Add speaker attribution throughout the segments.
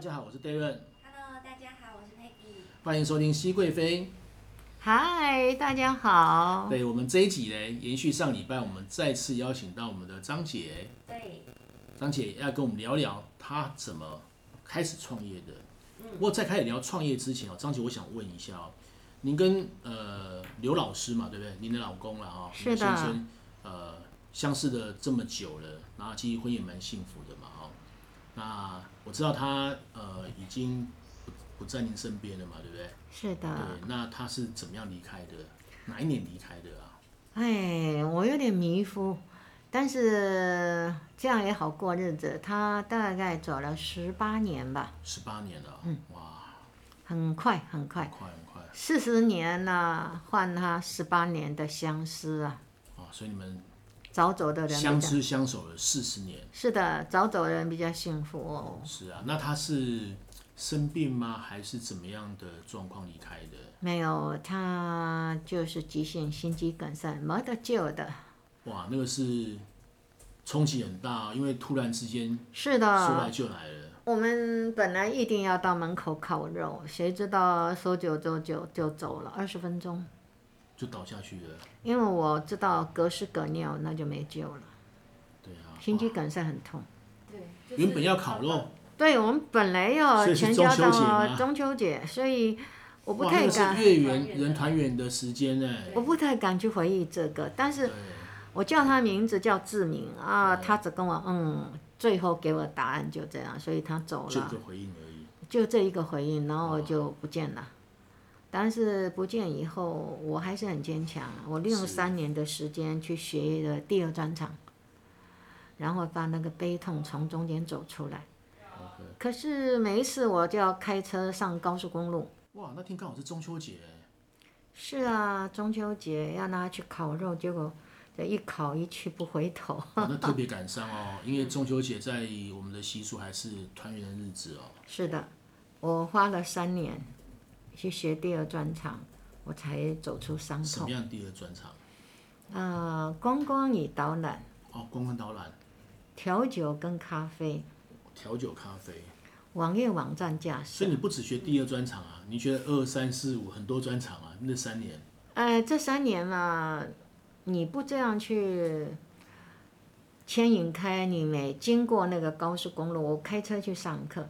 Speaker 1: Darren，
Speaker 2: Hello，大家好，我是 Peggy。
Speaker 1: 欢迎收听《熹贵妃》。
Speaker 3: 嗨，大家好。
Speaker 1: 对我们这一集呢，延续上礼拜，我们再次邀请到我们的张姐，
Speaker 2: 对，
Speaker 1: 张姐要跟我们聊聊她怎么开始创业的。
Speaker 3: 嗯
Speaker 1: 不过在开始聊创业之前哦，张姐，我想问一下哦，您跟呃刘老师嘛，对不对？您的老公了哈、哦，
Speaker 3: 是的
Speaker 1: 您先生，呃，相识了这么久了，然后其实婚也蛮幸福的嘛，哦。那我知道他呃已经不不在您身边了嘛，对不对？
Speaker 3: 是的，
Speaker 1: 对，那他是怎么样离开的？哪一年离开的啊？
Speaker 3: 哎，我有点迷糊，但是这样也好过日子。他大概走了十八年吧，
Speaker 1: 十八年了啊，
Speaker 3: 嗯
Speaker 1: 哇，
Speaker 3: 很快很快
Speaker 1: 很，快很快
Speaker 3: 四十年了，换他十八年的相思啊，
Speaker 1: 啊！所以你们
Speaker 3: 早走的人
Speaker 1: 相
Speaker 3: 比较
Speaker 1: 知相守了四十年，
Speaker 3: 是的，早走的人比较幸福哦。
Speaker 1: 是啊。那他是生病吗？还是怎么样的状况离开的？
Speaker 3: 没有他就是急性心肌梗塞，没得救的。
Speaker 1: 哇，那个是冲击很大，因为突然之间
Speaker 3: 是的，
Speaker 1: 说来就来了，
Speaker 3: 我们本来预定要到门口烤肉，谁知道说走就走就走了二十分钟，
Speaker 1: 就倒下去了。
Speaker 3: 因为我知道隔屎隔尿那就没救了，
Speaker 1: 对啊，
Speaker 3: 心肌梗塞很痛。
Speaker 2: 对
Speaker 1: 原本要烤肉，
Speaker 3: 对我们本来要
Speaker 1: 所以是
Speaker 3: 全家
Speaker 1: 中秋节吗
Speaker 3: 到中秋节，所以我不
Speaker 1: 哇，那
Speaker 3: 太
Speaker 1: 个
Speaker 3: 敢，
Speaker 1: 是月圆人团圆的时间呢。
Speaker 3: 我不太敢去回忆这个。但是
Speaker 1: 对，
Speaker 3: 我叫他名字叫志明啊，他只跟我嗯，最后给我答案就这样，所以他走
Speaker 1: 就
Speaker 3: 了
Speaker 1: 一。个回应而已。
Speaker 3: 就这一个回应，然后我就不见了。但是不见以后，我还是很坚强。我利用
Speaker 1: 是
Speaker 3: 三年的时间去学了第二专场，然后把那个悲痛从中间走出来。
Speaker 1: OK，
Speaker 3: 可是每一次我就要开车上高速公路。
Speaker 1: 哇，那天刚好是中秋节，
Speaker 3: 是啊，中秋节要拿去烤肉，结果这一烤一去不回头。
Speaker 1: 哦那特别感伤哦，因为中秋节在我们的习俗还是团圆的日子哦。
Speaker 3: 是的，我花了三年去学第二专场，我才走出伤
Speaker 1: 什
Speaker 3: 痛
Speaker 1: 么。样第二专场？
Speaker 3: 呃，观光与导览、
Speaker 1: 哦，观光导览、
Speaker 3: 调酒跟咖啡、
Speaker 1: 调酒、咖啡。
Speaker 3: 网页网站架
Speaker 1: 所以
Speaker 3: 设。
Speaker 1: 你不只学第二专场啊，你学二三四五很多专场啊，那三年
Speaker 3: 呃，这三年嘛，你不这样去牵引开，你每经过那个高速公路，我开车去上课，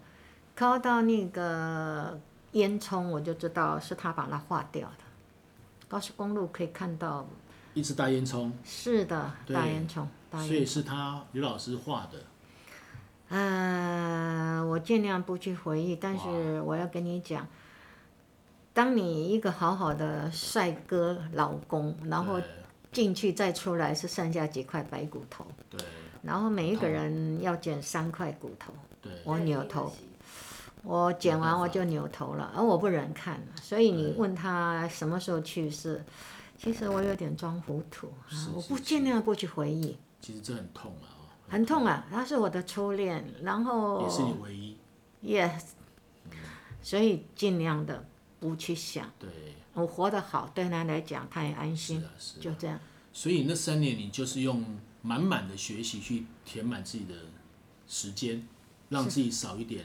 Speaker 3: 靠到那个烟囱，我就知道是他把它化掉的。高速公路可以看到，
Speaker 1: 一直大烟囱，
Speaker 3: 是的，
Speaker 1: 对
Speaker 3: 大烟囱，大
Speaker 1: 所
Speaker 3: 烟。
Speaker 1: 以是他刘老师画的。
Speaker 3: 呃，我尽量不去回忆，但是我要跟你讲，当你一个好好的帅哥老公，然后进去再出来是剩下几块白骨头，
Speaker 1: 对
Speaker 3: 然后每一个人要捡三块骨头，
Speaker 1: 对对，
Speaker 3: 我扭头，我剪完我就扭头了，而我不忍看了，所以你问他什么时候去世，其实我有点装糊涂啊
Speaker 1: 是，
Speaker 3: 我
Speaker 1: 是
Speaker 3: 不
Speaker 1: 是
Speaker 3: 尽量不去回忆，
Speaker 1: 其实这很痛啊、哦，
Speaker 3: 很痛啊，哦他是我的初恋，然后
Speaker 1: 也是你唯一。
Speaker 3: Yes，所以尽量的不去想，
Speaker 1: 对，
Speaker 3: 我活得好，对他来讲他也安
Speaker 1: 是
Speaker 3: 心，
Speaker 1: 啊是啊。
Speaker 3: 就这样。
Speaker 1: 所以那三年你就是用满满的学习去填满自己的时间，让自己少一点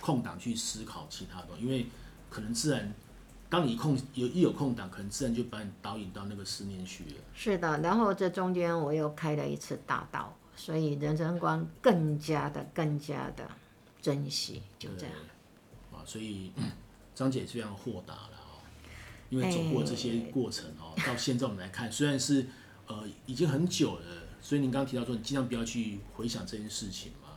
Speaker 1: 空档去思考其他的东西，因为可能自然，当你空有一有空档，可能自然就把你导引到那个思念去了。
Speaker 3: 是的，然后这中间我又开了一次大刀，所以人生观更加的、更加的珍惜，就这样。
Speaker 1: 对啊，所以嗯张姐也是非常豁达了哦，因为走过这些
Speaker 3: 哎
Speaker 1: 过程哦，到现在我们来看，虽然是呃已经很久了，所以您刚刚提到说你尽量不要去回想这件事情嘛，
Speaker 3: 啊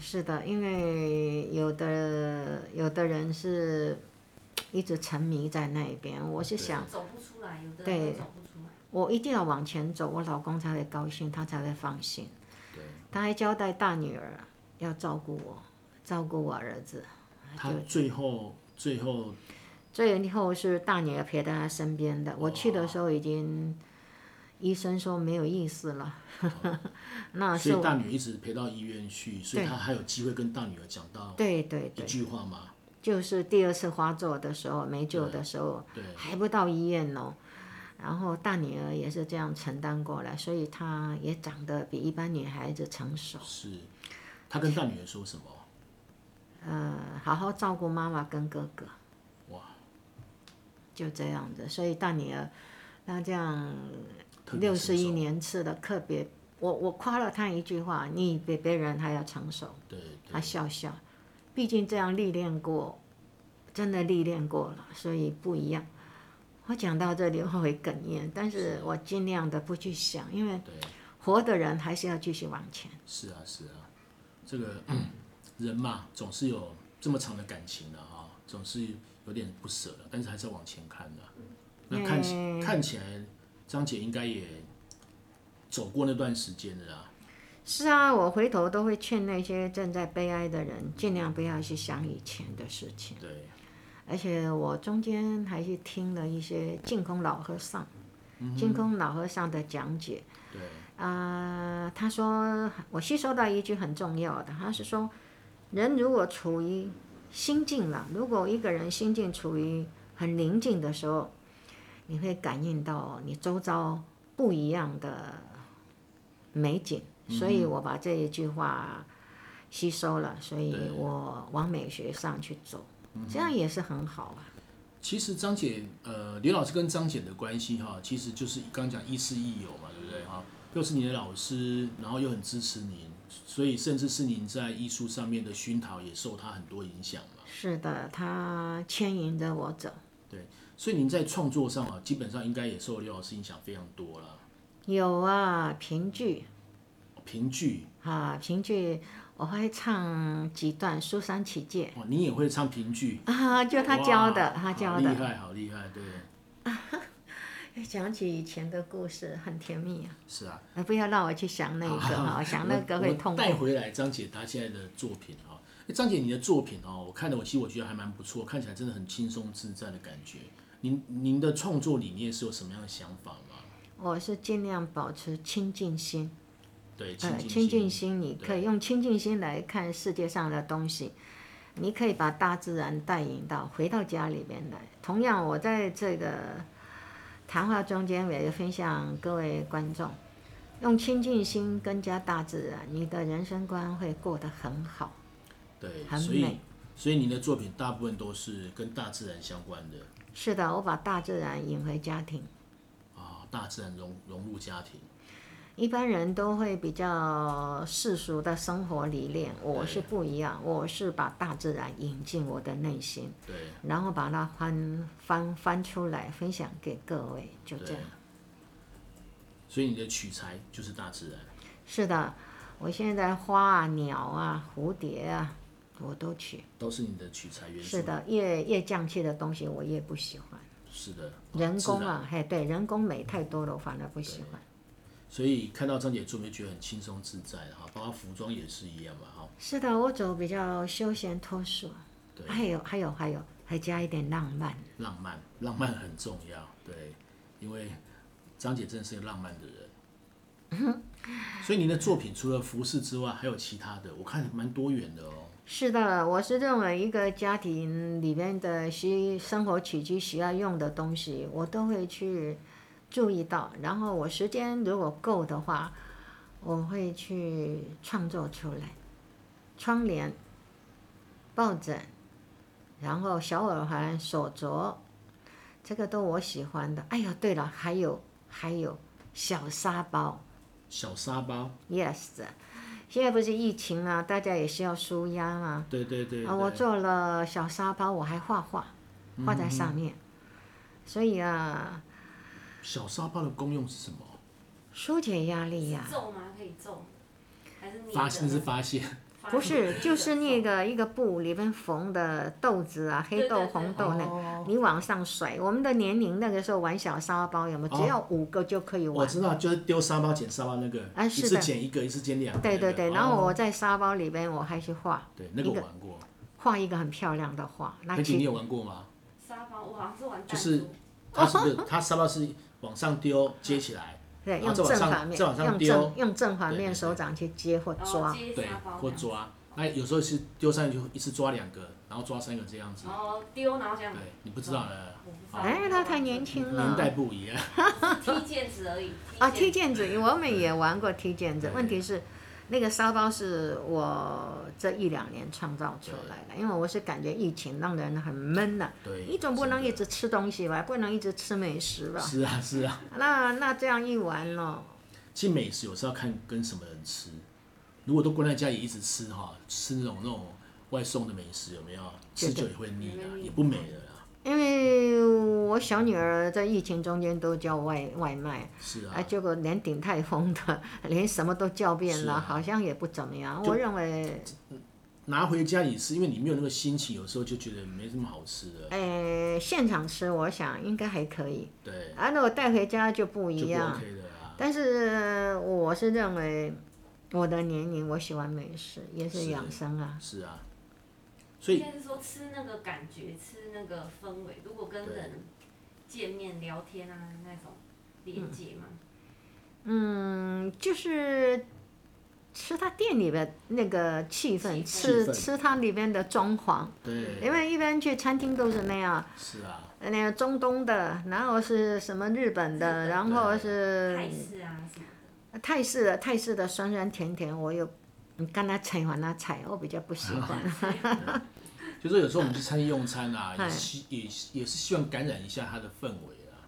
Speaker 3: 是的，因为有的有的人是一直沉迷在那一边，我
Speaker 1: 对
Speaker 3: 是想
Speaker 2: 走不出来，有的人
Speaker 3: 对
Speaker 2: 走不出来。
Speaker 3: 我一定要往前走，我老公才会高兴，他才会放心。
Speaker 1: 对。
Speaker 3: 他还交代大女儿要照顾我，照顾我儿子。
Speaker 1: 他最后最后
Speaker 3: 最后是大女儿陪在他身边的。我去的时候已经，医生说没有意思了。 那
Speaker 1: 所
Speaker 3: 是
Speaker 1: 以
Speaker 3: 我
Speaker 1: 大女一直陪到医院去，所以他还有机会跟大女儿讲到
Speaker 3: 对对
Speaker 1: 一
Speaker 3: 对，
Speaker 1: 句话嘛，
Speaker 3: 就是第二次发作的时候没救的时候，
Speaker 1: 对，
Speaker 3: 还不到医院哦。然后大女儿也是这样承担过来，所以她也长得比一般女孩子成熟。
Speaker 1: 是。他跟大女儿说什么？
Speaker 3: 呃，好好照顾妈妈跟哥哥，
Speaker 1: 哇，
Speaker 3: 就这样子。所以大女儿，她这样
Speaker 1: 特别
Speaker 3: 六
Speaker 1: 是
Speaker 3: 十一年次的特别，我我夸了她一句话：你比别人还要成熟。
Speaker 1: 对
Speaker 3: 她笑笑，毕竟这样历练过，真的历练过了，所以不一样。我讲到这里我会哽咽，但是我尽量的不去想，因为
Speaker 1: 对对，
Speaker 3: 活的人还是要继续往前。
Speaker 1: 是啊是啊，这个人嘛，总是有这么长的感情的哈、总是有点不舍的，但是还是要往前看的。那看起
Speaker 3: 嗯
Speaker 1: 看起来，张姐应该也走过那段时间的啦。
Speaker 3: 是啊，我回头都会劝那些正在悲哀的人，尽量不要去想以前的事情。
Speaker 1: 对，
Speaker 3: 而且我中间还去听了一些净空老和尚，净空老和尚的讲解。
Speaker 1: 嗯对，
Speaker 3: 啊、他说我吸收到一句很重要的，他是说，人如果处于心境了，如果一个人心境处于很宁静的时候，你会感应到你周遭不一样的美景。
Speaker 1: 嗯
Speaker 3: 所以我把这一句话吸收了，所以
Speaker 1: 对
Speaker 3: 我往美学上去走，这样也是很好啊。
Speaker 1: 其实张姐，呃，刘老师跟张姐的关系哈、其实就是刚刚讲亦师亦友嘛，对不对哈、又是你的老师，然后又很支持您，所以甚至是您在艺术上面的熏陶也受她很多影响嘛。
Speaker 3: 是的，他牵引着我走。
Speaker 1: 所以您在创作上啊，基本上应该也受刘老师影响非常多了。
Speaker 3: 有啊，评剧。
Speaker 1: 评剧
Speaker 3: 啊，评剧我会唱几段《书山起解
Speaker 1: 哇，哦你也会唱评剧》，
Speaker 3: 啊，就他教的，
Speaker 1: 哇
Speaker 3: 他教
Speaker 1: 好厉
Speaker 3: 的。
Speaker 1: 害，好厉害，对，
Speaker 3: 哎想起以前的故事很甜蜜啊，
Speaker 1: 是啊。
Speaker 3: 呃不要让我去想那个哈，想那个
Speaker 1: 我
Speaker 3: 会痛
Speaker 1: 我
Speaker 3: 苦。
Speaker 1: 带回来张姐她现在的作品啊，诶张姐你的作品哦，我看了，我其实我觉得还蛮不错，看起来真的很轻松自在的感觉。您您的创作理念是有什么样的想法吗？
Speaker 3: 我是尽量保持清净心，
Speaker 1: 对，亲
Speaker 3: 呃，
Speaker 1: 近
Speaker 3: 清净
Speaker 1: 心，
Speaker 3: 心，你可以用清净心来看世界上的东西，你可以把大自然带引到回到家里面来。同样，我在这个谈话中间，我也分享各位观众，用清净心跟加大自然，你的人生观会过得很好，
Speaker 1: 对，
Speaker 3: 很
Speaker 1: 所以
Speaker 3: 美
Speaker 1: 所以您的作品大部分都是跟大自然相关的
Speaker 3: 是的，我把大自然引回家庭。
Speaker 1: 啊，大自然融融入家庭，
Speaker 3: 一般人都会比较世俗的生活理念，我是不一样，我是把大自然引进我的内心。
Speaker 1: 对
Speaker 3: 然后把它翻翻翻出来，分享给各位，就这
Speaker 1: 对
Speaker 3: 样。，
Speaker 1: 所以你的取材就是大自然。
Speaker 3: 是的，我现在花啊、鸟啊、蝴蝶啊，我都取。
Speaker 1: 都是你的取材元素。
Speaker 3: 是的，越越降气的东西我越不喜欢，
Speaker 1: 是哦的，
Speaker 3: 人
Speaker 1: 自
Speaker 3: 工
Speaker 1: 然。
Speaker 3: 啊，嘿，对，人工美太多了，我反而不喜欢。
Speaker 1: 所以看到张姐做，你就觉得很轻松自在的哈，包括服装也是一样嘛哈。
Speaker 3: 是的，我走比较休闲脱俗，
Speaker 1: 对，
Speaker 3: 还有还有还有，还加一点浪漫。
Speaker 1: 浪漫，浪漫很重要。对，因为张姐真的是个浪漫的 人。所以您的作品除了服饰之外，还有其他的，我看蛮多元的哦。
Speaker 3: 是的，我是认为一个家庭里面的需生活起居需要用的东西，我都会去注意到。然后我时间如果够的话，我会去创作出来，窗帘、抱枕，然后小耳环、手镯，这个都我喜欢的。哎呀，对了，还有还有小沙包。
Speaker 1: 小沙包，
Speaker 3: Yes，现在不是疫情啊，大家也需要舒压啊。
Speaker 1: 对对对
Speaker 3: 啊，我
Speaker 1: 对
Speaker 3: 做了小沙包，我还画画，画在
Speaker 1: 嗯
Speaker 3: 上面。所以啊，
Speaker 1: 小沙包的功用是什么？
Speaker 3: 疏解压力呀、
Speaker 2: 皱吗？可以皱，还是捏
Speaker 1: 发
Speaker 2: 着
Speaker 1: 现是
Speaker 2: 呢
Speaker 1: 发现，
Speaker 2: 发
Speaker 3: 不是，就是那
Speaker 2: 个
Speaker 3: 个一个布里面缝的豆子啊，黑豆、
Speaker 2: 对对对
Speaker 3: 红豆那个，
Speaker 1: 哦
Speaker 3: 你往上甩。我们的年龄那个时候玩小沙包有没有？
Speaker 1: 哦
Speaker 3: 只要五个就可以
Speaker 1: 我
Speaker 3: 玩。
Speaker 1: 知道，就是丢沙包捡沙包那个，
Speaker 3: 啊
Speaker 1: 一
Speaker 3: 是
Speaker 1: 次
Speaker 3: 的
Speaker 1: 捡一个，一次捡两个那
Speaker 3: 对
Speaker 1: 个。
Speaker 3: 对对，然后
Speaker 1: 哦
Speaker 3: 我在沙包里边我还去画，
Speaker 1: 对那个
Speaker 3: 一
Speaker 1: 我
Speaker 3: 个
Speaker 1: 玩过，
Speaker 3: 画一个很漂亮的画。那
Speaker 1: 佩姐
Speaker 3: 其
Speaker 1: 你有玩过吗？
Speaker 2: 沙包，我好像是玩弹珠，
Speaker 1: 就是它是不是它沙包是往上丢接起来，
Speaker 3: 对，
Speaker 1: 然
Speaker 3: 用
Speaker 1: 后再啊往
Speaker 3: 正
Speaker 1: 上
Speaker 3: 反面，
Speaker 1: 再往上
Speaker 3: 用
Speaker 1: 丢
Speaker 3: 正用正反
Speaker 1: 对对
Speaker 3: 面
Speaker 1: 对
Speaker 3: 手掌去接或
Speaker 2: 然
Speaker 3: 抓
Speaker 2: 后。哦接
Speaker 1: 对
Speaker 2: 沙包，
Speaker 1: 或
Speaker 2: 这样，
Speaker 1: 抓，那有时候是丢上去就一次抓两个，然后抓三个这样子
Speaker 2: 然。后哦丢，然后这
Speaker 1: 对
Speaker 2: 样，，
Speaker 1: 你不知道的，
Speaker 2: 我不知道
Speaker 3: 哎，他太年轻了。
Speaker 1: 年代不一样。
Speaker 2: 踢毽子而已。
Speaker 3: 啊，踢
Speaker 2: 毽子
Speaker 3: 毽子，我们也玩过踢毽子
Speaker 1: 对。
Speaker 3: 问题是，那个烧包是我这一两年创造出来的，因为我是感觉疫情让人很闷呐、
Speaker 1: 对，
Speaker 3: 你总不能一
Speaker 1: 也
Speaker 3: 直吃东西吧，不能一直吃美食吧？
Speaker 1: 是啊是啊，
Speaker 3: 那那这样一玩咯，
Speaker 1: 其实美食有时候要看跟什么人吃，如果都关在家里一直吃哈，吃那种那种外送的美食有没有？吃久也会腻
Speaker 2: 也
Speaker 1: 的，
Speaker 2: 会腻
Speaker 1: 也不美了啦。
Speaker 3: 因为我小女儿在疫情中间都叫外外卖，
Speaker 1: 是啊
Speaker 3: 啊，，结果连鼎泰丰的， 连什么都叫遍
Speaker 1: 是
Speaker 3: 了，
Speaker 1: 啊
Speaker 3: 好像也不怎么样。
Speaker 1: 就
Speaker 3: 我认为，
Speaker 1: 拿回家里吃，因为你没有那个心情，有时候就觉得没什么好吃的。
Speaker 3: 呃，现场吃我想应该还可以，
Speaker 1: 对，
Speaker 3: 啊，那我带回家就
Speaker 1: 就
Speaker 3: 不一
Speaker 1: 不
Speaker 3: 样。
Speaker 1: OK 的啦。
Speaker 3: 但是我是认为，我的年龄我喜欢美食，也
Speaker 1: 是
Speaker 3: 是养生啊。
Speaker 1: 是啊，所以
Speaker 2: 应该是说吃那个感觉，吃那个氛围。如果跟
Speaker 1: 对
Speaker 2: 人见面聊天啊那种连接嘛，
Speaker 3: 嗯，就是吃它店里的那个气氛，
Speaker 2: 气氛
Speaker 1: 气
Speaker 3: 吃
Speaker 1: 氛
Speaker 3: 吃它里面的装潢，
Speaker 1: 对，
Speaker 3: 因为一般去餐厅都是那样，
Speaker 1: 是啊，
Speaker 3: 那个中东的，然后是什么日本
Speaker 2: 日
Speaker 3: 的，
Speaker 2: 本
Speaker 3: 然后
Speaker 1: 的
Speaker 3: 是
Speaker 2: 泰式啊什么的，
Speaker 3: 泰式的，泰式的酸酸甜甜，我有。你跟他采完他采，我比较不喜欢。
Speaker 1: 就说有时候我们去餐厅用餐啊，也
Speaker 3: 哎
Speaker 1: 希也也是希望感染一下它的氛围啊，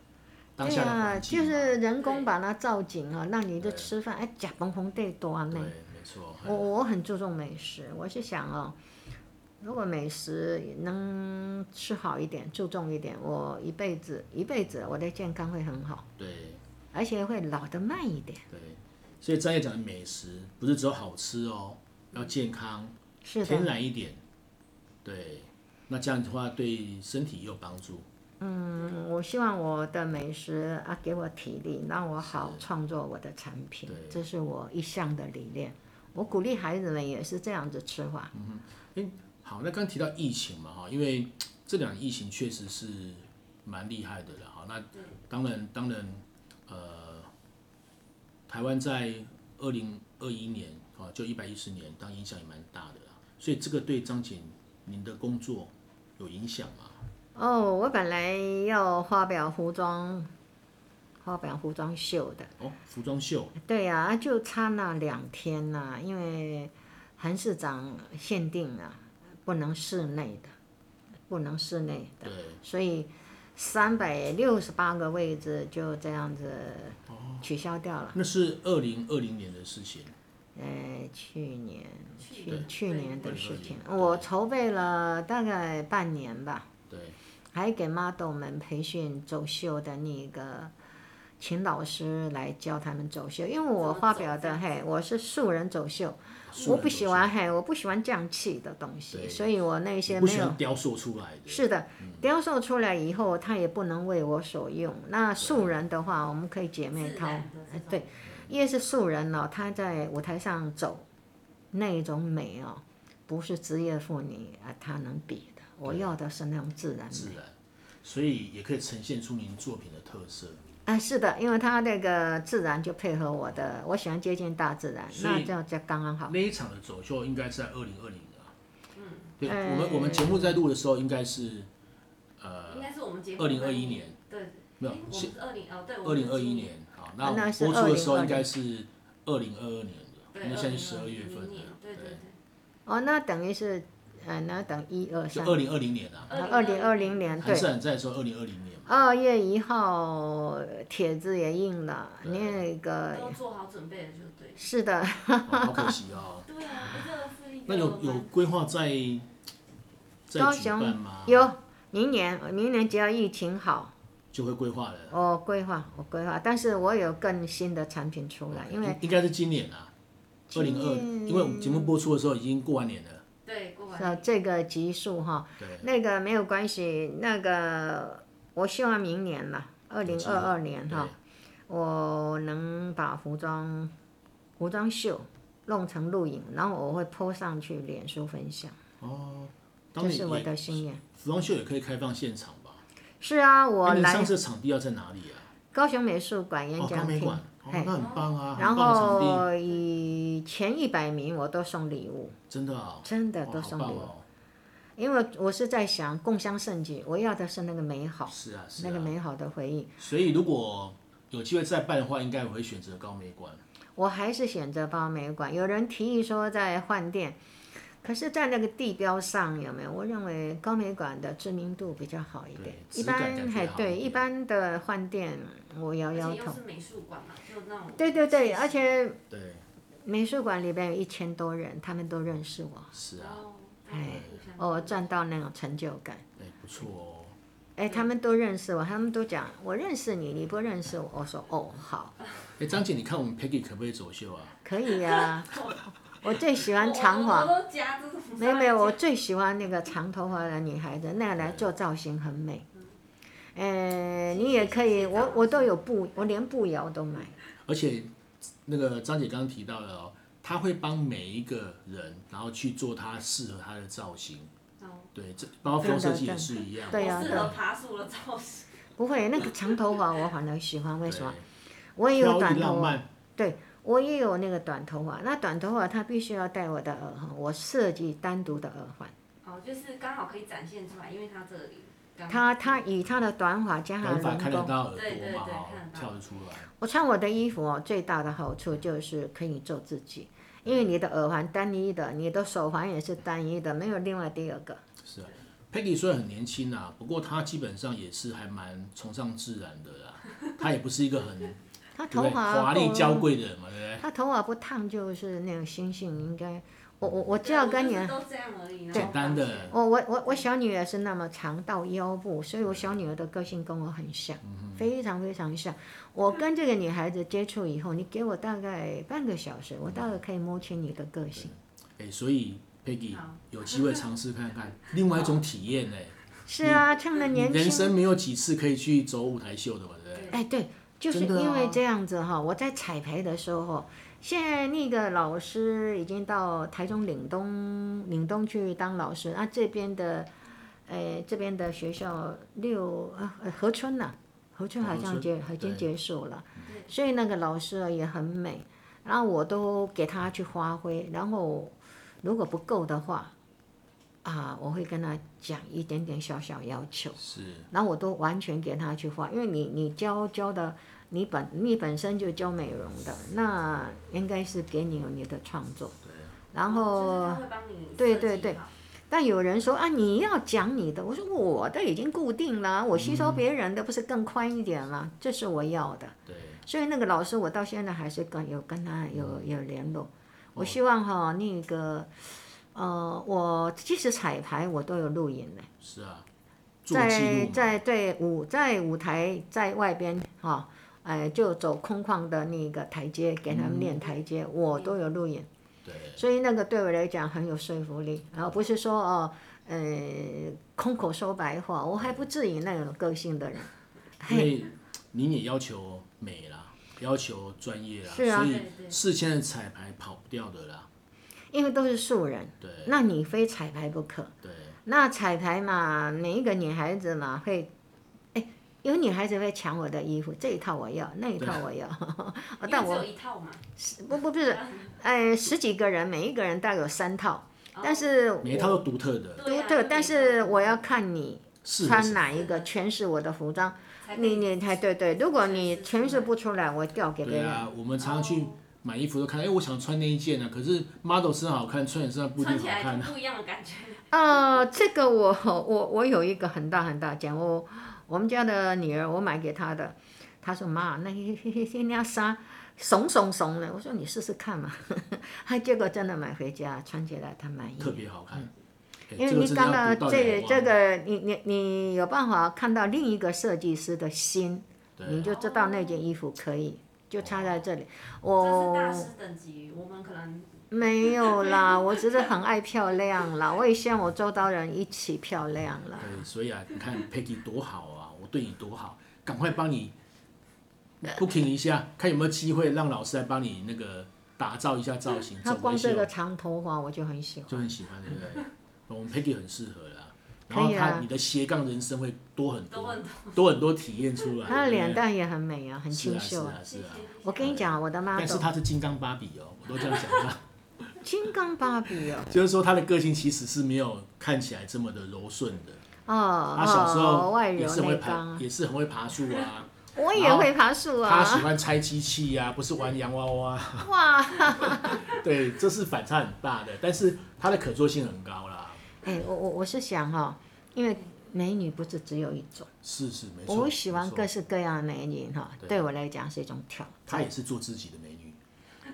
Speaker 1: 当
Speaker 3: 对
Speaker 1: 下的
Speaker 3: 啊，
Speaker 1: 环境
Speaker 3: 就
Speaker 1: 嘛。
Speaker 3: 是人
Speaker 2: 对
Speaker 3: 工把它造景啊，让你就
Speaker 1: 对
Speaker 3: 吃饭，哎，假崩红对多呢
Speaker 1: 对，。没错。
Speaker 3: 我我很注重美食，我是想哦，如果美食能吃好一点，注重一点，我一辈子一辈子我的健康会很好，
Speaker 1: 对
Speaker 3: 而且会老得慢一点。
Speaker 1: 对，所以张业讲的美食不是只有好吃哦，要健康，
Speaker 3: 是
Speaker 1: 天
Speaker 3: 的，
Speaker 1: 然一点。对，那这样的话对身体也有帮助。
Speaker 3: 嗯，我希望我的美食啊给我体力，让我好创作我的产品
Speaker 1: 对，
Speaker 3: 这是我一向的理念。我鼓励孩子们也是这样子吃法，
Speaker 1: 好，那刚提到疫情嘛，哈，因为这两年疫情确实是蛮厉害的了，哈。那当然，当然，呃，台湾在二零二一年啊，就一百一十年，当然影响也蛮大的啦。所以这个对张景您的工作有影响吗？
Speaker 3: 哦，我本来要发表服装，发表服装秀的，
Speaker 1: 哦，服装秀，
Speaker 3: 对呀、啊，就差那两天呐、因为韩市长限定啊，不能室内的，不能室内的，
Speaker 1: 对，
Speaker 3: 所以三百六十八个位置就这样子取消掉了。
Speaker 1: 那是二零二零年的事情，
Speaker 3: 呃，去年
Speaker 2: 去
Speaker 3: 去去年的事情，
Speaker 1: 对
Speaker 3: 我筹备了大概半年吧。
Speaker 1: 对，
Speaker 3: 还给 model 们培训走秀的那个请老师来教他们走秀，因为我发表
Speaker 2: 怎
Speaker 3: 的
Speaker 2: 么走
Speaker 3: 嘿，我是素人走秀，
Speaker 1: 素
Speaker 3: 我
Speaker 1: 人
Speaker 3: 不
Speaker 1: 有
Speaker 3: 喜
Speaker 1: 秀
Speaker 3: 欢嘿，我不喜欢匠气的东西，
Speaker 1: 对
Speaker 3: 所以我那
Speaker 1: 你
Speaker 3: 些
Speaker 1: 不
Speaker 3: 没
Speaker 1: 喜
Speaker 3: 有。
Speaker 1: 欢嗯雕塑出来的，
Speaker 3: 是的，雕塑出来以后，它也不能为我所用。那素人的话，我们可以姐妹
Speaker 2: 自
Speaker 3: 淘哎
Speaker 2: 然的这，种
Speaker 3: 对，越是素人哦，她在舞台上走，那一种美哦，不是职业妇女啊她能比的。我要的是那种自然美
Speaker 1: 自。然，所以也可以呈现出您作品的特色。
Speaker 3: 啊，是的，因为它那个自然就配合我的，我喜欢接近大自然，
Speaker 1: 所
Speaker 3: 那
Speaker 1: 以
Speaker 3: 这样就刚刚好。
Speaker 1: 那一场的走秀应该是在二零二零的啊。对，
Speaker 3: 哎
Speaker 1: 我们我们节目在录的时候应该是呃
Speaker 2: 应该是我们节目
Speaker 1: 二零二一年，
Speaker 2: 对，
Speaker 1: 没有
Speaker 2: 诶我们
Speaker 1: 是
Speaker 2: 是二零哦，对，我
Speaker 1: 二
Speaker 2: 们
Speaker 1: 零二
Speaker 2: 是
Speaker 1: 一年，好，
Speaker 3: 啊那
Speaker 1: 那
Speaker 3: 是
Speaker 1: 播出的时候
Speaker 3: 2020
Speaker 1: 应该是二零二二年的，
Speaker 2: 对，
Speaker 1: 因为现在是十
Speaker 2: 2020
Speaker 1: 二月份了
Speaker 2: 年，对对对，
Speaker 3: 哦，那等于是，呃，那等一二
Speaker 1: 就
Speaker 3: 三，
Speaker 1: 二零二零年啊，
Speaker 3: 二零二零年
Speaker 1: 韩
Speaker 3: 对
Speaker 1: 是，很在说二零二零 年嘛，
Speaker 3: 二月一号帖子也印了，
Speaker 1: 对
Speaker 3: 那个
Speaker 2: 都做好准备了就对。
Speaker 3: 是的，
Speaker 1: 哦好可惜 哦。
Speaker 2: 对啊，诶这个是一个
Speaker 1: 那有有规划在在
Speaker 3: 高
Speaker 1: 举办吗？
Speaker 3: 有明年明年只要疫情好，
Speaker 1: 就会规划了。
Speaker 3: 我规划我规划，但是我有更新的产品出来，因为
Speaker 1: 哦应应该是今年啊，二
Speaker 3: 今
Speaker 1: 零二，因为我们节目播出的时候已经过完年了，
Speaker 2: 对过完
Speaker 3: 呃这个集数哈，
Speaker 1: 对，
Speaker 3: 那个没有关系，那个我希望明年啦，二零二二年哈，我能把服装服装秀弄成录影，然后我会 po 上去脸书分享，
Speaker 1: 哦，当
Speaker 3: 这
Speaker 1: 然也
Speaker 3: 是我的心愿。
Speaker 1: 服装秀也可以开放现场吧？
Speaker 3: 是啊，
Speaker 1: 哎
Speaker 3: 我
Speaker 1: 你
Speaker 3: 来
Speaker 1: 上次的场地要在哪里啊？
Speaker 3: 高雄美术馆演
Speaker 1: 哦，
Speaker 3: 讲
Speaker 1: 高美
Speaker 3: 厅，
Speaker 1: 馆，哦，那很棒啊，
Speaker 3: 然
Speaker 1: 很棒的场地，
Speaker 3: 后以前一百名我都送礼物，
Speaker 1: 真的啊，
Speaker 3: 真的
Speaker 1: 哇
Speaker 3: 都
Speaker 1: 好
Speaker 3: 送
Speaker 1: 棒
Speaker 3: 礼物，
Speaker 1: 哦，
Speaker 3: 因为我是在想共襄盛举，我要的是那个美好，
Speaker 1: 是啊，是
Speaker 3: 那个
Speaker 1: 啊，
Speaker 3: 美好的回忆。
Speaker 1: 所以如果有机会再办的话，应该我会选择高美馆，
Speaker 3: 我还是选择报美馆。有人提议说在换店，可是，在那个地标上有没有？我认为高美馆的知名度比较好一点
Speaker 1: 对，
Speaker 3: 一
Speaker 1: 质感感
Speaker 3: 般
Speaker 1: 觉
Speaker 3: 还
Speaker 1: 好一
Speaker 3: 对
Speaker 1: 点
Speaker 3: 一般的换店，我摇摇
Speaker 2: 而且又
Speaker 3: 头。
Speaker 2: 是美术馆嘛，就那种
Speaker 3: 对对对，而且
Speaker 1: 对，
Speaker 3: 美术馆里边有一千多人，他们都认识我，
Speaker 1: 是啊，
Speaker 2: 哦
Speaker 3: 哎
Speaker 2: 互相
Speaker 3: 我赚到那种成就感。
Speaker 1: 哎，不错哦，
Speaker 3: 哎，他们都认识我，他们都讲我认识你，你不认识我。我说哦，好，
Speaker 1: 哎，张姐，你看我们 Peggy 可不可以走秀啊？
Speaker 3: 可以 呀、我最喜欢长
Speaker 2: 我
Speaker 3: 发，
Speaker 2: 我都夹这种
Speaker 3: 没有没有，我最喜欢那个长头发的女孩子，那个来
Speaker 1: 嗯
Speaker 3: 做造型很美。呃，你也可以，我我都有布，我连布摇都买。
Speaker 1: 而且那个张姐刚刚提到了哦，她会帮每一个人，然后去做她适合她的造型。
Speaker 2: 哦
Speaker 1: 对，这包括风设计
Speaker 3: 对
Speaker 1: 也
Speaker 3: 对
Speaker 1: 是一样。
Speaker 3: 对啊呀
Speaker 2: 我适
Speaker 3: 对
Speaker 2: 合
Speaker 3: 呀
Speaker 2: 爬树的造型，
Speaker 3: 不会，那个长头 发我反而喜欢，为什么？我也
Speaker 1: 对？飘
Speaker 3: 有短
Speaker 1: 逸浪
Speaker 3: 头发，
Speaker 1: 漫，
Speaker 3: 我也有那个短头发。那短头发它必须要戴我的耳环，我设计单独的耳环。
Speaker 2: 哦，就是刚好可以展现出来，因为它这里刚好
Speaker 3: 它它以它的短发加上
Speaker 1: 短发
Speaker 3: 人
Speaker 1: 看
Speaker 3: 工
Speaker 1: 得，到耳
Speaker 2: 对
Speaker 1: 朵
Speaker 2: 对
Speaker 1: 嘛，
Speaker 2: 对
Speaker 1: 哈
Speaker 2: 看得到
Speaker 1: 跳得出来。
Speaker 3: 我穿我的衣服哦，最大的好处就是可以做自己，因为你的耳环单一的，你的手环也是单一的，没有另外第二个。
Speaker 1: 是啊，Peggy 虽然很年轻啊，不过她基本上也是还蛮崇尚自然的 啦。她也不是一个很对
Speaker 3: 他
Speaker 1: 不
Speaker 3: 头
Speaker 1: 对
Speaker 3: 发
Speaker 1: 华丽
Speaker 3: 不
Speaker 1: 娇，贵的人嘛，对不对？
Speaker 3: 他头发不烫就是那种星星，应该我我我就要跟你
Speaker 2: 对。我就是都这样而已，然后
Speaker 1: 简单的
Speaker 2: 发现
Speaker 3: 我我我我小女儿是那么长到腰部，所以我小女儿的个性跟我很像，
Speaker 1: 嗯
Speaker 3: 非常非常像。我跟这个女孩子接触以后，你给我大概半个小时，我大概可以摸清你的个性。
Speaker 1: 哎，所以 Peggy
Speaker 2: 好
Speaker 1: 有机会尝试看看另外一种体验呢。
Speaker 3: 是啊，趁着年
Speaker 1: 人
Speaker 3: 轻，
Speaker 1: 生没有几次可以去走舞台秀的嘛，对不对？
Speaker 3: 哎，对，就是
Speaker 1: 真的啊
Speaker 3: 因为这样子哈、我在彩排的时候，现在那个老师已经到台中岭东岭东去当老师，那、这边的，呃，这边的学校六啊呃和春呐、和春好像结
Speaker 1: 啊和春
Speaker 3: 已经
Speaker 1: 对嗯
Speaker 3: 结束了
Speaker 2: 对，
Speaker 3: 所以那个老师啊也很美，然后我都给他去发挥，然后如果不够的话。啊，我会跟他讲一点点小小要求。
Speaker 1: 是，
Speaker 3: 然后我都完全给他去画，因为你你教教的，你本你本身就教美容的，那应该是给你有你的创作。
Speaker 1: 啊
Speaker 2: 就
Speaker 3: 然
Speaker 2: 是
Speaker 3: 后，
Speaker 2: 他会帮你设
Speaker 3: 对
Speaker 2: 计
Speaker 3: 对对
Speaker 2: 好
Speaker 3: 但有人说啊，你要讲你的，我说我的已经固定了，我吸收别人的不是更宽一点吗？这是我要的。
Speaker 1: 嗯对，嗯
Speaker 3: 所以那个老师，我到现在还是跟有跟他有有联络。我
Speaker 1: 哦
Speaker 3: 希望哈、那个，呃，我即使彩排我都有录影的。
Speaker 1: 是啊，做记
Speaker 3: 在
Speaker 1: 录嘛，
Speaker 3: 在对舞在舞台在外边哈、哎、就走空旷的那个台阶，给他们练台阶，我都有录影，
Speaker 1: 对，
Speaker 3: 所以那个对我来讲很有说服力。然后不是说哦，呃，空口说白话，我还不至于那种个性的人。
Speaker 1: 因
Speaker 3: 嘿，
Speaker 1: 为您也要求美啦，要求专业啦，
Speaker 3: 是啊
Speaker 1: 所以
Speaker 2: 对对
Speaker 1: 事先的彩排跑不掉的啦，
Speaker 3: 因为都是素人，
Speaker 1: 对
Speaker 3: 那你非彩排不可。
Speaker 1: 对，
Speaker 3: 那彩排嘛，每一个女孩子嘛会，哎，有女孩子会抢我的衣服，这一套我要，那一套我要， 哦
Speaker 2: 因为
Speaker 3: 但
Speaker 2: 只
Speaker 3: 我
Speaker 2: 有一套嘛，
Speaker 3: 不不不是，哎，十几个人，每一个人大概有三套，
Speaker 2: 哦
Speaker 3: 但是
Speaker 1: 每一套都独特的，
Speaker 2: 对
Speaker 3: 独
Speaker 2: 啊
Speaker 3: 特，
Speaker 2: 就
Speaker 3: 但
Speaker 2: 每
Speaker 3: 是
Speaker 2: 套
Speaker 3: 我要看你
Speaker 1: 适合
Speaker 3: 穿
Speaker 1: 谁
Speaker 3: 哪一个，全是我的服装。
Speaker 2: 才可以
Speaker 3: 你你才对对，如果你
Speaker 2: 全
Speaker 3: 全
Speaker 2: 是
Speaker 3: 是不出来，我调给别
Speaker 1: 对
Speaker 3: 人。
Speaker 1: 啊，我们常常去
Speaker 2: 哦
Speaker 1: 买衣服都看，哎，我想穿那一件啊，可是 model 身上好看，穿你身上不一定
Speaker 2: 穿
Speaker 1: 好
Speaker 2: 起来
Speaker 1: 看
Speaker 2: 就
Speaker 1: 啊。
Speaker 2: 不一样的 感觉，
Speaker 3: 呃，这个我我我有一个很大很大奖，我我们家的女儿我买给她的，她说妈，那些些些那纱怂怂怂的，我说你试试看嘛， 她结果真的买回家穿起来她满意。嗯
Speaker 1: 特别好看。哎
Speaker 3: 因为
Speaker 1: 这个
Speaker 3: 你
Speaker 1: 真的要
Speaker 3: 刚刚
Speaker 1: 读到
Speaker 3: 这
Speaker 1: 眼光
Speaker 3: 这个，你你你有办法看到另一个设计师的心，你
Speaker 1: 对啊
Speaker 3: 就知道那件衣服可以，就差在这里。
Speaker 1: 哦
Speaker 3: 我
Speaker 2: 这是大师等级，我们可能
Speaker 3: 没有啦，我只是很爱漂亮啦，我也希望我周遭人一起漂亮啦。
Speaker 1: 对，所以啊，你看 Peggy 多好啊，我对你多好，赶快帮你 booking 一下，看有没有机会让老师来帮你那个打造一下造型，
Speaker 3: 嗯他
Speaker 1: 走
Speaker 3: 光
Speaker 1: 个秀
Speaker 3: 这个长头发我就很喜
Speaker 1: 就
Speaker 3: 欢，
Speaker 1: 很喜欢，对不 对？我们 Peggy 很适合啦。然
Speaker 3: 可
Speaker 1: 后
Speaker 3: 以啊
Speaker 1: 他，你的斜杠人生会多很
Speaker 2: 都
Speaker 1: 多，
Speaker 2: 问
Speaker 1: 多很多体验出来。
Speaker 3: 他的脸
Speaker 1: 对
Speaker 3: 蛋也很美啊，
Speaker 1: 不
Speaker 3: 很
Speaker 1: 对是
Speaker 3: 清
Speaker 1: 啊是
Speaker 3: 秀。
Speaker 1: 啊是啊，
Speaker 3: 我跟你讲，我的妈
Speaker 1: 但是
Speaker 3: 都
Speaker 1: 他是金刚芭比哦，我都这样讲他。
Speaker 3: 金刚芭比哦，
Speaker 1: 就是说他的个性其实是没有看起来这么的柔顺的。
Speaker 3: 哦
Speaker 1: 他小时
Speaker 3: 哦，
Speaker 1: 候
Speaker 3: 外
Speaker 1: 也
Speaker 3: 柔
Speaker 1: 是很会
Speaker 3: 内
Speaker 1: 爬，
Speaker 3: 刚，
Speaker 1: 也是很会爬树啊，
Speaker 3: 我也会爬树
Speaker 1: 他喜
Speaker 3: 啊！
Speaker 1: 欢拆机器 呀、不是玩洋娃娃，
Speaker 3: 哇，
Speaker 1: 对，这是反差很大的，但是它的可塑性很高啦。
Speaker 3: 哎，我我我是想哈、因为美女不是只有一种，
Speaker 1: 是是，没错。
Speaker 3: 我喜欢
Speaker 1: 没错
Speaker 3: 各式各样的美女哈、
Speaker 1: 对
Speaker 3: 对我来讲是一种挑
Speaker 1: 她
Speaker 3: 战。
Speaker 1: 也是做自己的美女，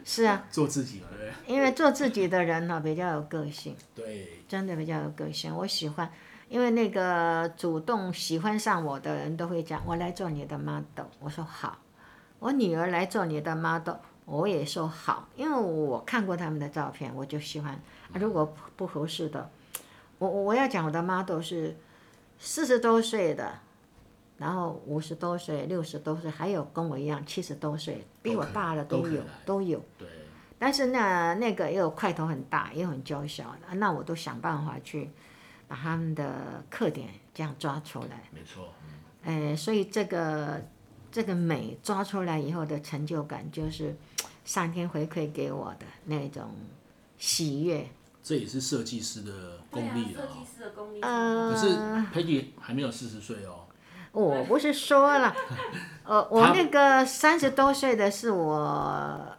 Speaker 3: 是啊，
Speaker 1: 做自己嘛，对不
Speaker 3: 因为做自己的人呢、比较有个性，
Speaker 1: 对？对，
Speaker 3: 真的比较有个性。我喜欢，因为那个主动喜欢上我的人都会讲，我来做你的 model。我说好，我女儿来做你的 model，我也说好，因为我看过他们的照片，我就喜欢。啊如果不合适的，我我我要讲我的 model 是四十多岁的。然后五十多岁、六十多岁，还有跟我一样七十多岁，比我大的
Speaker 1: 都
Speaker 3: 都
Speaker 1: 可以
Speaker 3: 有，都有。
Speaker 1: 对，
Speaker 3: 但是呢，那个也有块头很大，也有很娇小的，那我都想办法去把他们的特点这样抓出来。
Speaker 1: 没错，
Speaker 3: 呃，所以这个这个美抓出来以后的成就感，就是上天回馈给我的那种喜悦。
Speaker 1: 这也是设计师的功
Speaker 2: 对啊，
Speaker 1: 力了
Speaker 2: 设
Speaker 1: 哦
Speaker 2: 计。师的功力。
Speaker 3: 呃
Speaker 1: 可是 Peggy 还没有四十岁哦，
Speaker 3: 我不是说了， 呃，我
Speaker 1: 他
Speaker 3: 那个三十多岁的是我。呃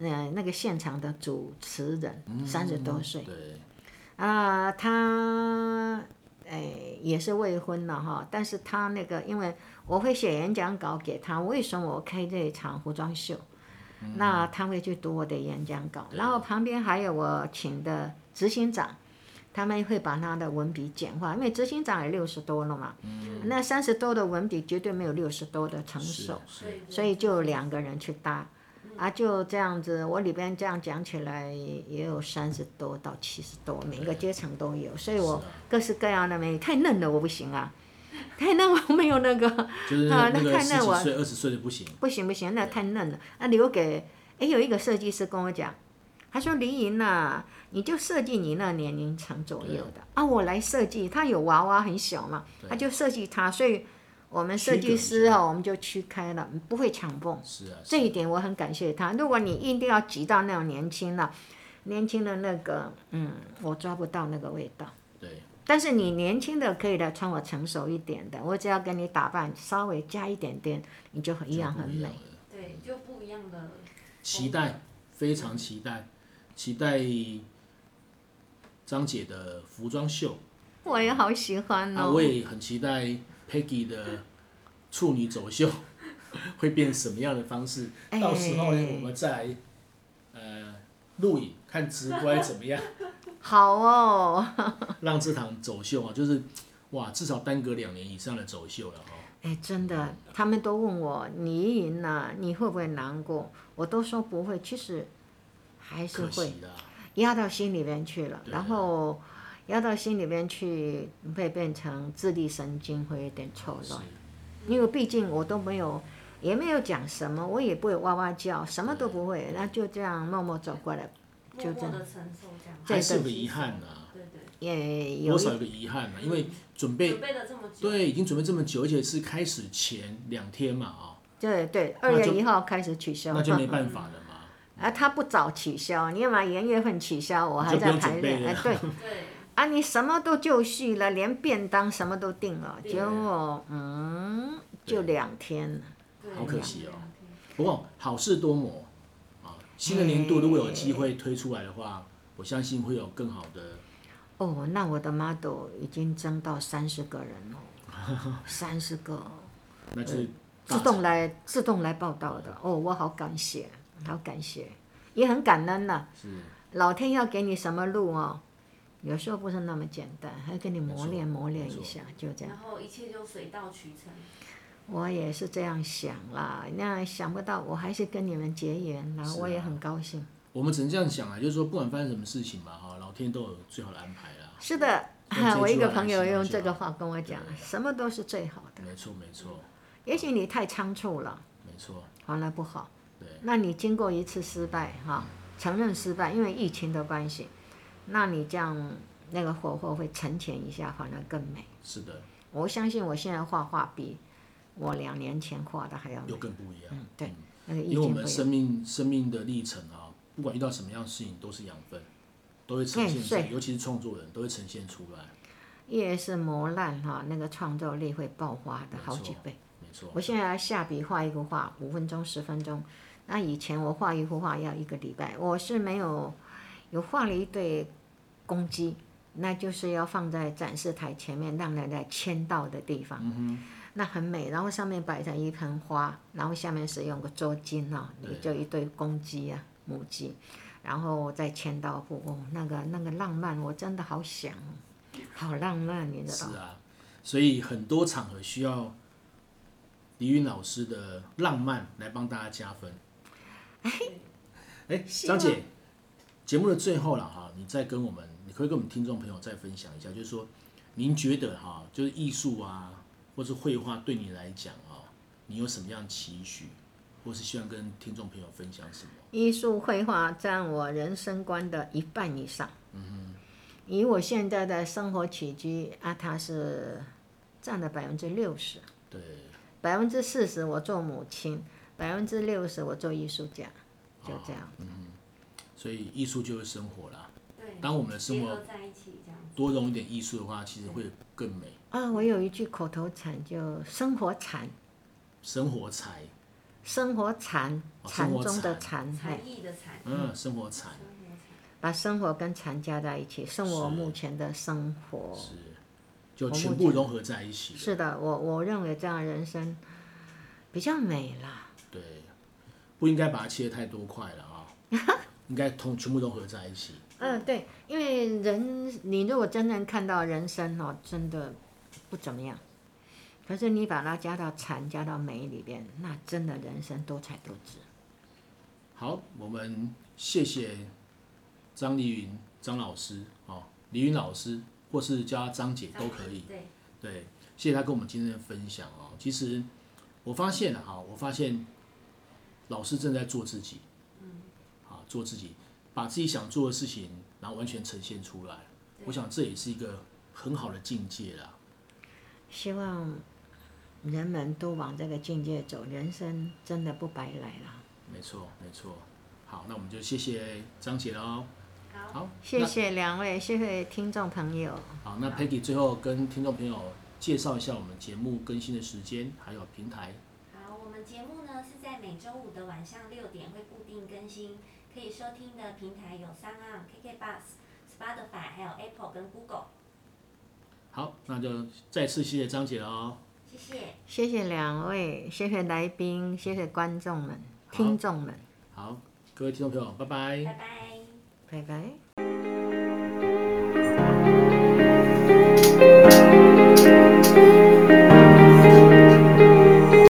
Speaker 3: 那那个现场的主持人三十多岁，
Speaker 1: 对，
Speaker 3: 啊、他哎也是未婚了哈，但是他那个因为我会写演讲稿给他，为什么我开这一场服装秀？那他会去读我的演讲稿，
Speaker 1: 嗯对
Speaker 3: 然后旁边还有我请的执行长，他们会把他的文笔简化，因为执行长也六十多了嘛，那三十多的文笔绝对没有六十多的成熟。
Speaker 1: 嗯是
Speaker 2: 对，
Speaker 3: 所以就两个人去搭，啊，就这样子。我里边这样讲起来，也有三十多到七十多，每个阶层都有，所以我
Speaker 1: 是啊
Speaker 3: 各式各样的美女，太嫩了我不行啊， 太嫩我没有那个，
Speaker 1: 就是
Speaker 3: 啊
Speaker 1: 那
Speaker 3: 那
Speaker 1: 个
Speaker 3: 看
Speaker 1: 十
Speaker 3: 那
Speaker 1: 几
Speaker 3: 我
Speaker 1: 岁、二十岁的不行，
Speaker 3: 不行不行，那太嫩了。啊，留给，哎，有一个设计师跟我讲，他说林莹呐、你就设计你那年龄层左右的啊，我来设计，他有娃娃很小嘛，他就设计他，所以我们设
Speaker 1: 区隔
Speaker 3: 计
Speaker 1: 一
Speaker 3: 师
Speaker 1: 下
Speaker 3: 哦，我们就区开了，不会抢蹦。
Speaker 1: 是啊，
Speaker 3: 这
Speaker 1: 是
Speaker 3: 一点我很感谢他。如果你一定要挤到那种年轻了，年轻的那个，嗯，我抓不到那个味道。
Speaker 1: 对，
Speaker 3: 但是你年轻的可以来穿我成熟一点的，我只要跟你打扮稍微加一点点，你就很一样
Speaker 1: 就
Speaker 3: 很
Speaker 1: 不一
Speaker 3: 美
Speaker 1: 样。了。
Speaker 2: 对，就不一样的。
Speaker 1: 期待，非常期待，期待张姐的服装秀，
Speaker 3: 我也好喜欢
Speaker 1: 啊，
Speaker 3: 哦。
Speaker 1: 我也很期待 Peggy 的处女走秀 会变什么样的方式，
Speaker 3: 哎
Speaker 1: 到时候我们再来呃录影看直观怎么 样，
Speaker 3: 好哦，
Speaker 1: 让这场走秀啊，就是哇，至少耽搁两年以上的走秀了哈、哦
Speaker 3: 哎，真的，他们都问我你赢了、你会不会难过？我都说不会，其实还是
Speaker 1: 可
Speaker 3: 会。
Speaker 1: 惜啦，
Speaker 3: 压到心里边去了，
Speaker 1: 对
Speaker 3: 然后压到心里边去会变成自律神经会有点错
Speaker 1: 是
Speaker 3: 乱，因为毕竟我都没有，也没有讲什么，我也不会哇哇叫，什么都不
Speaker 1: 嗯
Speaker 3: 会，那就这样默默走过来，
Speaker 2: 默
Speaker 3: 就这
Speaker 2: 默
Speaker 3: 样
Speaker 2: 的承受这样。
Speaker 1: 还是有个遗憾呐、啊
Speaker 2: 对对，
Speaker 3: 也
Speaker 1: 多
Speaker 3: 有
Speaker 1: 少
Speaker 3: 一
Speaker 1: 有个遗憾啊呐、因为准备
Speaker 2: 准备了这么久，
Speaker 1: 对已经准备这么久，而且是开始前两天嘛啊、
Speaker 3: 对对，
Speaker 1: 那
Speaker 3: 二月
Speaker 1: 就
Speaker 3: 一号开始取消
Speaker 1: 那，就没办法了嘛。
Speaker 3: 啊，他不早取消，你嘛元月份取消，我还
Speaker 1: 你就不
Speaker 3: 在
Speaker 1: 用
Speaker 3: 排
Speaker 1: 准备
Speaker 3: 练，哎
Speaker 1: 了
Speaker 3: 对，
Speaker 2: 对，
Speaker 3: 啊，你什么都就绪了，连便当什么都定了，
Speaker 2: 对
Speaker 3: 结果嗯，就
Speaker 1: 对
Speaker 3: 两天了。
Speaker 2: 对
Speaker 1: 好可惜哦。
Speaker 2: 两天
Speaker 1: 不过好事多磨啊，新的年度如果有机会推出来的话，我相信会有更好的。
Speaker 3: 哦，那我的 model 已经增到三十个人了， 三十个
Speaker 1: 那就是大
Speaker 3: 自动来自动来报道的。哦，我好感谢，好感谢，也很感恩呐、
Speaker 1: 是
Speaker 3: 老天要给你什么路哦，有时候不是那么简单，还给你
Speaker 1: 没
Speaker 3: 磨
Speaker 1: 错
Speaker 3: 练磨练
Speaker 1: 没错
Speaker 3: 一下，就这样。
Speaker 2: 然后一切就水到渠成。
Speaker 3: 我也是这样想啦，那想不到我还是跟你们结缘，然后
Speaker 1: 是
Speaker 3: 我也
Speaker 1: 啊
Speaker 3: 很高兴。
Speaker 1: 我们只能这样想啊，就是说不管发生什么事情嘛，哈，老天都有最好的安排啦。
Speaker 3: 是的
Speaker 1: 啊用这，句
Speaker 3: 啊 我一个
Speaker 1: 话来
Speaker 3: 朋友
Speaker 1: 形容
Speaker 3: 用
Speaker 1: 就
Speaker 3: 这个
Speaker 1: 好
Speaker 3: 话跟我讲，什么都是最好的。
Speaker 1: 没错，没错，
Speaker 3: 也许你太仓促了。
Speaker 1: 没错，
Speaker 3: 完了不好。
Speaker 1: 对嗯
Speaker 3: 那你经过一次失败哈、承认失败，因为疫情的关系，那你这样那个火候会沉潜一下，反而更美。
Speaker 1: 是的，
Speaker 3: 我相信我现在画画比我两年前画的还要美
Speaker 1: 又。更不一样。
Speaker 3: 嗯，对，那个意
Speaker 1: 因为我
Speaker 3: 境不
Speaker 1: 们
Speaker 3: 一
Speaker 1: 生
Speaker 3: 样。
Speaker 1: 命生命的历程啊，不管遇到什么样的事情，都是养分，都会呈现出来，
Speaker 3: 对
Speaker 1: 尤其是创作人都会呈现出来。
Speaker 3: 越是磨烂哈，那个创造力会爆发的
Speaker 1: 没
Speaker 3: 好几
Speaker 1: 错
Speaker 3: 倍。
Speaker 1: 没错，
Speaker 3: 我现在下笔画一个画，五分钟、十分钟。那以前我画一幅画要一个礼拜，我是没有，有画了一对公鸡，那就是要放在展示台前面，让人家签到的地方。那很美，然后上面摆上一盆花，然后下面是用个桌巾哦，
Speaker 1: 对
Speaker 3: 就一对公鸡啊、母鸡，然后再签到户，哦，那个那个浪漫，我真的好想哦，好浪漫，你知
Speaker 1: 是
Speaker 3: 道吗？
Speaker 1: 啊，所以很多场合需要李云老师的浪漫来帮大家加分。哎，
Speaker 3: 希
Speaker 1: 张
Speaker 3: 望
Speaker 1: 姐，节目的最后了哈，你再跟我们，你可以跟我们听众朋友再分享一下，就是说您觉得哈，就是艺术啊，或是绘画对你来讲啊，你有什么样的期许，或是希望跟听众朋友分享什么？
Speaker 3: 艺术绘画占我人生观的一半以上。以我现在的生活起居啊，它是占了百分之六十，
Speaker 1: 对，
Speaker 3: 百分之四十我做母亲，百分之六十我做艺术家，就这样。
Speaker 1: 啊所以艺术就是生活啦。
Speaker 2: 对，
Speaker 1: 当我们的生
Speaker 2: 结
Speaker 1: 活
Speaker 2: 合在一起这样。
Speaker 1: 多融一点艺术的话，其实会更美。
Speaker 3: 啊，我有一句口头禅，就生活禅，
Speaker 1: 生活才，
Speaker 3: 生活禅，
Speaker 1: 哦
Speaker 3: 禅
Speaker 1: 生活
Speaker 3: 中的
Speaker 1: 禅
Speaker 3: 禅，嘿
Speaker 2: 才艺的才，
Speaker 1: 嗯，生活才。
Speaker 2: 生活才，
Speaker 3: 把生活跟禅加在一起，是我
Speaker 1: 是
Speaker 3: 目前的生活。
Speaker 1: 是，就
Speaker 3: 我
Speaker 1: 全
Speaker 3: 目
Speaker 1: 部
Speaker 3: 前
Speaker 1: 融合在一起。
Speaker 3: 是的，我我认为这样人生比较美啦。
Speaker 1: 对，不应该把它切得太多块了啊、应该同全部融合在一起。
Speaker 3: 嗯，对，因为人，你如果真正看到人生哦，真的不怎么样。可是你把它加到禅、加到美里边，那真的人生多彩多姿。
Speaker 1: 好，我们谢谢张丽云张老师哦，李云老师，或是叫她张姐都可以。
Speaker 2: 对，
Speaker 1: 对，谢谢他跟我们今天的分享哦。其实我发现了哈，我发现老师正在做自己，嗯，啊，做自己，把自己想做的事情，然后完全呈现出来。我想这也是一个很好的境界啦。
Speaker 3: 希望人们都往这个境界走，人生真的不白来了。
Speaker 1: 没错，没错。好，那我们就谢谢张姐喽。
Speaker 2: 好，
Speaker 1: 好，
Speaker 3: 谢谢两位，谢谢听众朋友。
Speaker 1: 那。好，那 Peggy 最后跟听众朋友介绍一下我们节目更新的时间，还有平台。
Speaker 2: 好，我们节目呢是在每周五的晚上六点会固定更新，可以收听的平台有 s o u n KK Bus、Spotify，还有 Apple 跟 Google。
Speaker 1: 好，那就再次谢谢张姐喽。
Speaker 2: 谢谢，
Speaker 3: 谢谢两位，谢谢来宾，谢谢观众们、听众们，
Speaker 1: 好，各位听众朋友，拜拜
Speaker 2: 拜拜。
Speaker 3: 拜拜。